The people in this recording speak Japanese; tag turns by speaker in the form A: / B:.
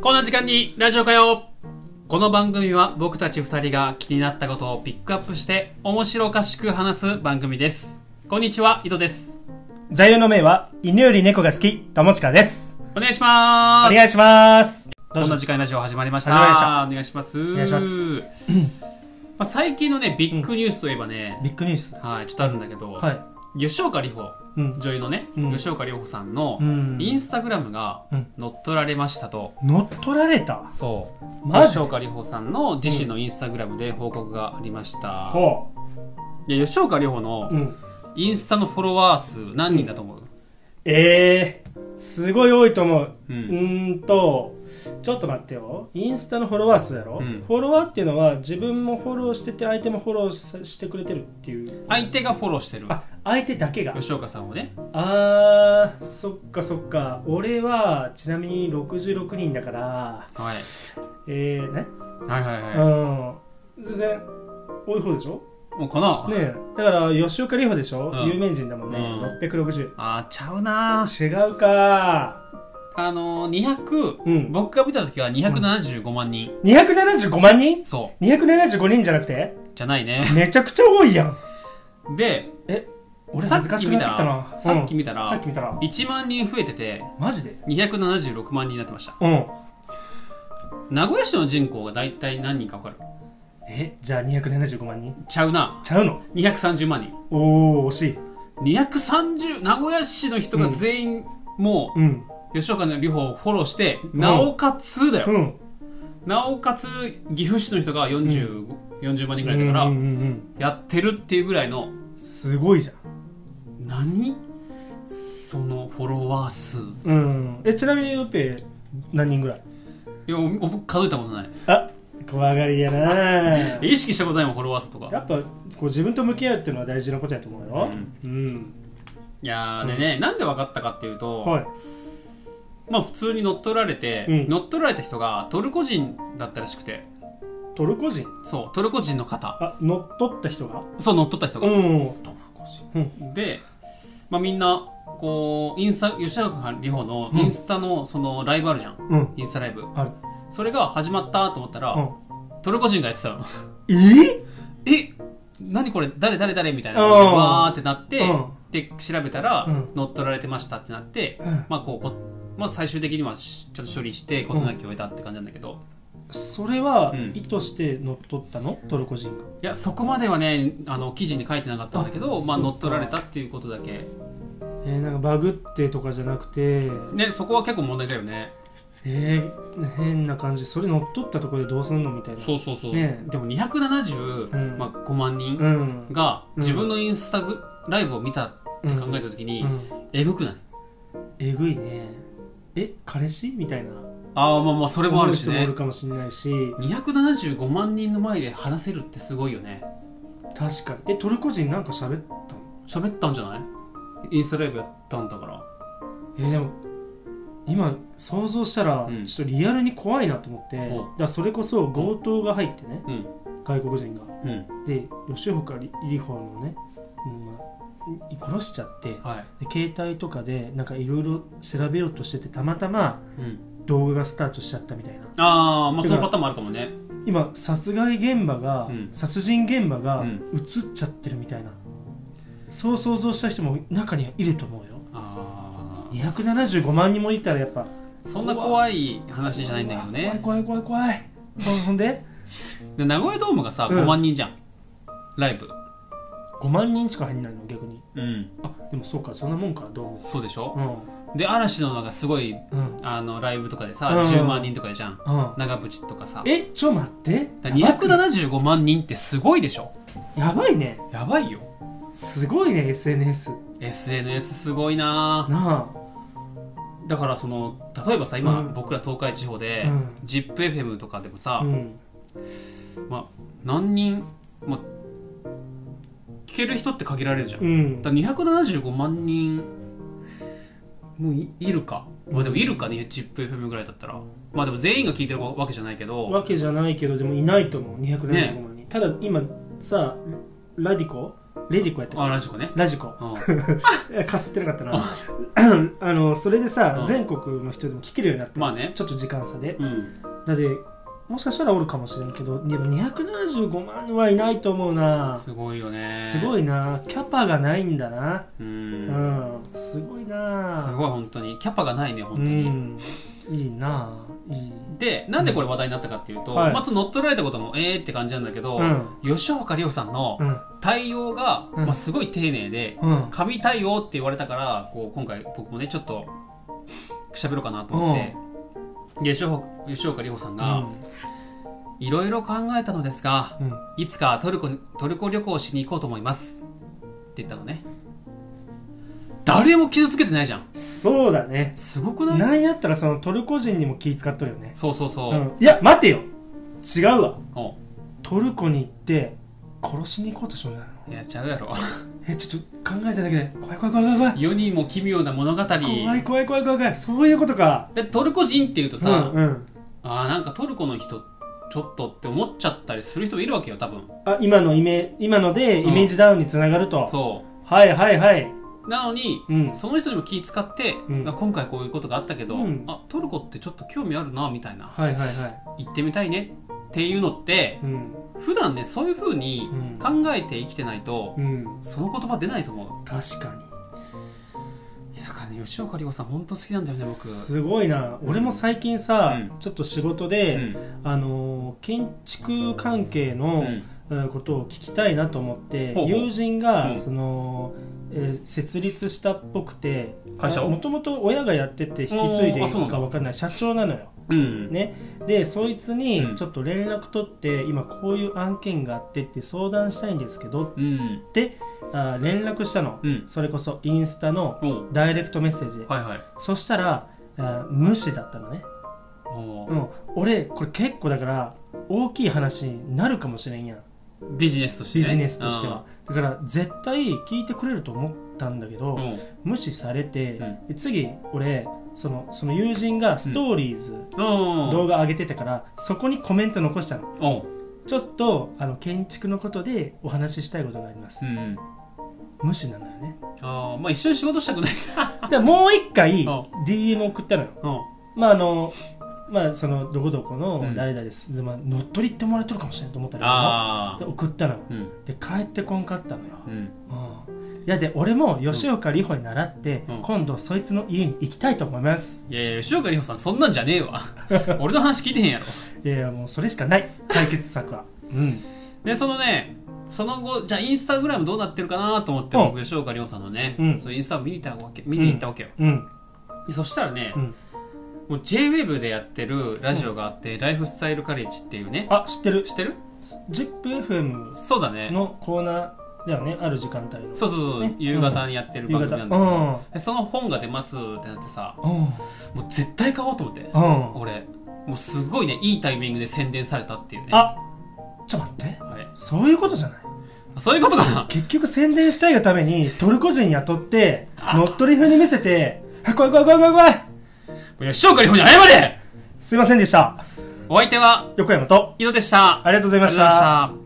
A: こんな時間にラジオかよこの番組は僕たち二人が気になったことをピックアップして面白おかしく話す番組ですこんにちは井戸です
B: 座右の銘は犬より猫が好き友近です
A: お願いしま
B: お
A: す
B: 願いします
A: こんな時間にラジオ始まりました
B: 始まりました
A: お願いします
B: 願いします
A: まあ最近のねビッグニュースといえばね、
B: ビッグニュース
A: はいちょっとあるんだけど、
B: は
A: 吉岡里帆
B: いうん
A: 女優のね、
B: うん
A: 吉岡里帆さんの
B: うん
A: インスタグラムが
B: うん
A: 乗っ取られましたと、
B: 乗っ取られた
A: そう
B: マジ
A: 吉岡里帆さんの自身のインスタグラムで報告がありました、
B: ほ
A: で吉岡里帆の
B: ううん
A: インスタのフォロワー数何人だと思う、
B: えー、すごい多いと思う
A: うん
B: うーんとちょっと待ってよインスタのフォロワー数だろ、
A: うん
B: フォロワーっていうのは自分もフォローしてて相手もフォローさしてくれてるっていう
A: 相手がフォローしてる
B: あ相手だけが
A: 吉岡さんをね
B: あーそっかそっか俺はちなみに66人だから
A: はい
B: えー、ね
A: はいはいは
B: うん全然多い方でしょ
A: いもうこの、
B: ねえだから吉岡里帆でしょ、
A: うん
B: 有名人だもんね、
A: うん
B: 660
A: あーちゃうなー
B: 違うか
A: あのー、200、
B: うん
A: 僕が見た時は275万人、
B: 275万人
A: そ
B: ?275 人じゃなくて
A: うじゃないね
B: めちゃくちゃ多いやん
A: で
B: え俺
A: さっ
B: 恥ずか
A: き
B: し
A: 見
B: く
A: た
B: なって
A: ら
B: きたな
A: さっき見た
B: うんさっ
A: ら
B: き見たら
A: 1万人増えてて
B: マジで
A: 276万人になってました
B: うん
A: 名古屋市の人口が大体何人か分かる
B: えじゃあ275万人
A: ちゃうな
B: ちゃうの
A: 230万人
B: おお惜しい
A: 230名古屋市の人が全員もう
B: うん
A: 吉岡の両方をフォローして、なおかつだよ、
B: うん
A: なおかつ岐阜市の人が40、40万人ぐらいだから、
B: うんうんうん
A: やってるっていうぐらいの
B: すごいじゃん
A: 何そのフォロワー数い
B: うんえちなみにヨッペ何人ぐらい
A: やおお数えたことない
B: あ怖がりやなぁ
A: 意識したことないもんフォロワー数とか
B: やっぱこう自分と向き合うっていうのは大事なことやと思うよ。うん。
A: いやーでね、なんで分かったかっていうと、
B: はい。
A: まあ普通に乗っ取られて、
B: うん
A: 乗っ取られた人がトルコ人だったらしくて
B: トルコ人
A: そうトルコ人の方
B: あ、乗っ取った人が
A: そう乗っ取った人
B: う
A: が、
B: ん。トルコ人。うん。
A: で、まあ、みんなこうインスタ吉永里帆のインスタのそのライブあるじゃん、
B: うん。
A: インスタライブ
B: ある。
A: それが始まったと思ったら、トルコ人がやってたの
B: うん。え
A: え何これ誰誰誰みたいな
B: うん
A: わーってなって、
B: うん
A: で調べたら、
B: うん
A: 乗っ取られてましたってなって、
B: うん
A: まあこうこまあ、最終的にはしちょっと処理して事なきを得たって感じなんだけど、
B: それは
A: うん
B: 意図して乗っ取ったのトルコ人が。
A: いやそこまではねあの記事に書いてなかったんだけど
B: あ
A: まあ、
B: そうか
A: 乗っ取られたっていうことだけ、
B: えー、なんかバグってとかじゃなくて、
A: ね、そこは結構問題だよね
B: えー、変な感じ。それ乗っ取ったところでどうすんのみたいな。
A: そうそうそう、
B: ねえ
A: でも275、
B: うん
A: まあ、5万人
B: うん。
A: が
B: うん
A: 自分のインスタグライブを見たって考えた時に、
B: うん。
A: えぐくない
B: えぐいね。え、彼氏みたいな。
A: ああまあまあそれもあるし
B: 思う人もお
A: ね
B: るかもしれないし。
A: 275万人の前で話せるってすごいよね
B: 確かに。え、トルコ人なんか喋ったの
A: 喋ったんじゃないインスタライブやったんだから
B: えーでも今想像したら
A: うん
B: ちょっとリアルに怖いなと思って、
A: お
B: だからそれこそ強盗が入ってね、
A: うん
B: 外国人が
A: うん
B: で吉岡里帆のね、うんまあい殺しちゃってで
A: はい
B: 携帯とかでなんかいろいろ調べようとしててたまたま
A: うん
B: 動画がスタートしちゃったみたいな
A: ああまあ
B: て
A: そ
B: か
A: のパターンもあるかもね
B: 今殺害現場が、
A: うん
B: 殺人現場が
A: うん
B: 映っちゃってるみたいな、そう想像した人も中にはいると思うよ
A: ああ
B: 275万人もいたらやっぱ
A: そんな怖い話じゃないんだけどね
B: 怖い怖い怖い怖いほんで
A: で名古屋ドームがさ
B: うん
A: 5万人じゃん、ライブ
B: 5万人しか入んないの逆に
A: うん
B: あでもそうかそんなもんかどう
A: そうでしょ
B: うん
A: で嵐のなんかすごい
B: うん
A: あのライブとかでさ、
B: うん
A: 10万人とかでじゃん
B: うん
A: 長渕とかさ
B: えちょ待って
A: だから275万人ってすごいでしょ
B: やばいね
A: やばいよ
B: すごいね SNS
A: SNS すごいな
B: な
A: ぁだからその例えばさ今、
B: うん
A: 僕ら東海地方で、
B: うん
A: ZIPFM とかでも
B: あ
A: さ
B: う、ん
A: まあ、何人、まあ、聞ける人って限られるじゃん、
B: うん
A: だから275万人もういいるか、まあでもいるかね ZIPFM ぐらいだったらまあでも全員が聞いてるわけじゃないけど
B: わけじゃないけどでもいないと思う275万人、ただ今さラディコレディコやって
A: あラジコね
B: ラジコ
A: うん
B: いやかすってなかったな あのそれでさ、
A: うん
B: 全国の人でも聞けるようになった、
A: まあね
B: ちょっと時間差で
A: うん
B: だってもしかしたらおるかもしれんけどでも275万人はいないと思うな
A: すごいよね
B: すごいなキャパがないんだな
A: う
B: うんん、すごいな
A: すごい本当にキャパがないね本
B: う
A: 当に
B: んいいないい
A: でなんでこれ話題になったかっていうと、
B: うんはい
A: まず乗っ取られたこともええって感じなんだけど、
B: うん
A: 吉岡里帆さんの
B: うん
A: 対応が、
B: うん
A: まあ、すごい丁寧で、
B: うん
A: 神対応って言われたからこう今回僕もねちょっと喋ろうかなと思って、吉岡吉岡里帆さんが「いろいろ考えたのですが
B: うん、うん
A: いつかトルコにトルコ旅行をしに行こうと思います」って言ったのね誰も傷つけてないじゃん
B: そうだね
A: すごくない
B: なんやったらそのトルコ人にも気使っとるよね、
A: そうそうそう、
B: うん、いや待てよ違うわ
A: お
B: トルコに行って殺しに行こうとしようじゃないの
A: いやちゃうやろ
B: えちょっと考えただけで怖い怖い怖い怖い怖い
A: 世にも奇妙な物語
B: 怖い怖い怖い怖い怖いそういうことか
A: でトルコ人っていうと
B: う
A: さ、
B: んうん
A: あーなんかトルコの人ちょっとって思っちゃったりする人もいるわけよ多分
B: あ今のイメ今ので
A: うん
B: イメージダウンにつながると、
A: そ
B: はいはいはいう
A: なのに、
B: うん
A: その人にも気使って、
B: うん
A: あ今回こういうことがあったけど、
B: うん
A: あトルコってちょっと興味あるなみたいな
B: はいはいは
A: 行ってみたいねっていうのって
B: いうん
A: 普段ねそういう風に
B: う
A: 考
B: ん
A: えて生きてないと、
B: うん
A: その言葉出ないと思
B: 確かに
A: ういやだからね吉岡里帆さん本当好きなんだよね
B: すごいな俺も最近さ、
A: う
B: ちょっと仕
A: 僕、
B: 事
A: う
B: で、
A: ん
B: あのー建築関係
A: う
B: の、
A: ん
B: うんことを聞きたいなと思って
A: ほうほう
B: 友人
A: うん
B: がその、えー設立したっぽくて
A: 会社を
B: もともと親がやってて引き継いでい
A: あーあそうな
B: る
A: んだ
B: か分かんない社長なのよ、
A: うん
B: ね、でそいつ
A: うん
B: にちょっと連絡取って、今こういう案件があってって相談したいんですけど
A: うん
B: ってあー連絡したの、
A: うん
B: それこそインスタの
A: おう
B: ダイレクトメッセージで
A: はいはい
B: そしたらあー無視だったのね、
A: お
B: う、
A: うん
B: 俺これ結構だから大きい話になるかもしれんやん
A: ビジネスとして、ね、
B: ビジネスとしては、だから絶対聞いてくれると思ったんだけど、
A: うんうん
B: 無視されて、
A: うん
B: で次俺そのその友人がストーリーズ、
A: うん
B: 動画上げてたからそこにコメント残したの
A: おう
B: ちょっとあの建築のことでお話ししたいことがあります、
A: うん
B: 無視なのよね
A: あーまあ一緒に仕事したくない
B: でもう一回
A: うん
B: DM 送ったのよ
A: うん
B: まああのまあそのどこどこの
A: うん
B: 誰々です、でまあ、乗っ取りってもらえとるかもしれないと思ったら
A: あ
B: で送ったのよ
A: あうん
B: で帰ってこんかったのよ、
A: うん
B: いやで俺も吉岡里帆に習って、
A: うん
B: 今度そいつの家に行きたいと思います、
A: いやいや吉岡里帆さんそんなんじゃねえわ 俺の話聞いてへんやろ
B: いやいやもうそれしかない解決 策はうん
A: でそのねその後じゃあインスタグラムどうなってるかなと思って
B: うん
A: 僕吉岡里帆さんのね、
B: うん
A: そうインスタを見に行ったわけ見に行ったわけよ、
B: うん
A: でそしたらね、
B: うん
A: もう JWEB でやってるラジオがあって、ライフスタイルカレッジっていうね
B: あ知ってる
A: 知ってる
B: ZIPFM
A: そうだね
B: のコーナーだよねある時間帯の
A: そうそうそう、
B: ね
A: 夕方にやってる
B: 夕
A: 番
B: 方
A: 組
B: う
A: なん
B: ん
A: だ、でその本が出ますってなってさ
B: うん
A: もう絶対買おうと思って
B: うん
A: 俺もうすごいねいいタイミングで宣伝されたっていうね
B: あちょっと待って
A: あれ
B: そういうことじゃない
A: そういうことかな
B: 結局宣伝したいがためにトルコ人雇って乗っ取り風に見せてあ怖い怖い怖い怖い怖い
A: いや 吉岡里帆に謝れ
B: すいませんでした
A: お相手は
B: 横山と
A: 井戸でした。
B: ありがとうございまし
A: ありがとうご
B: た
A: ざいました。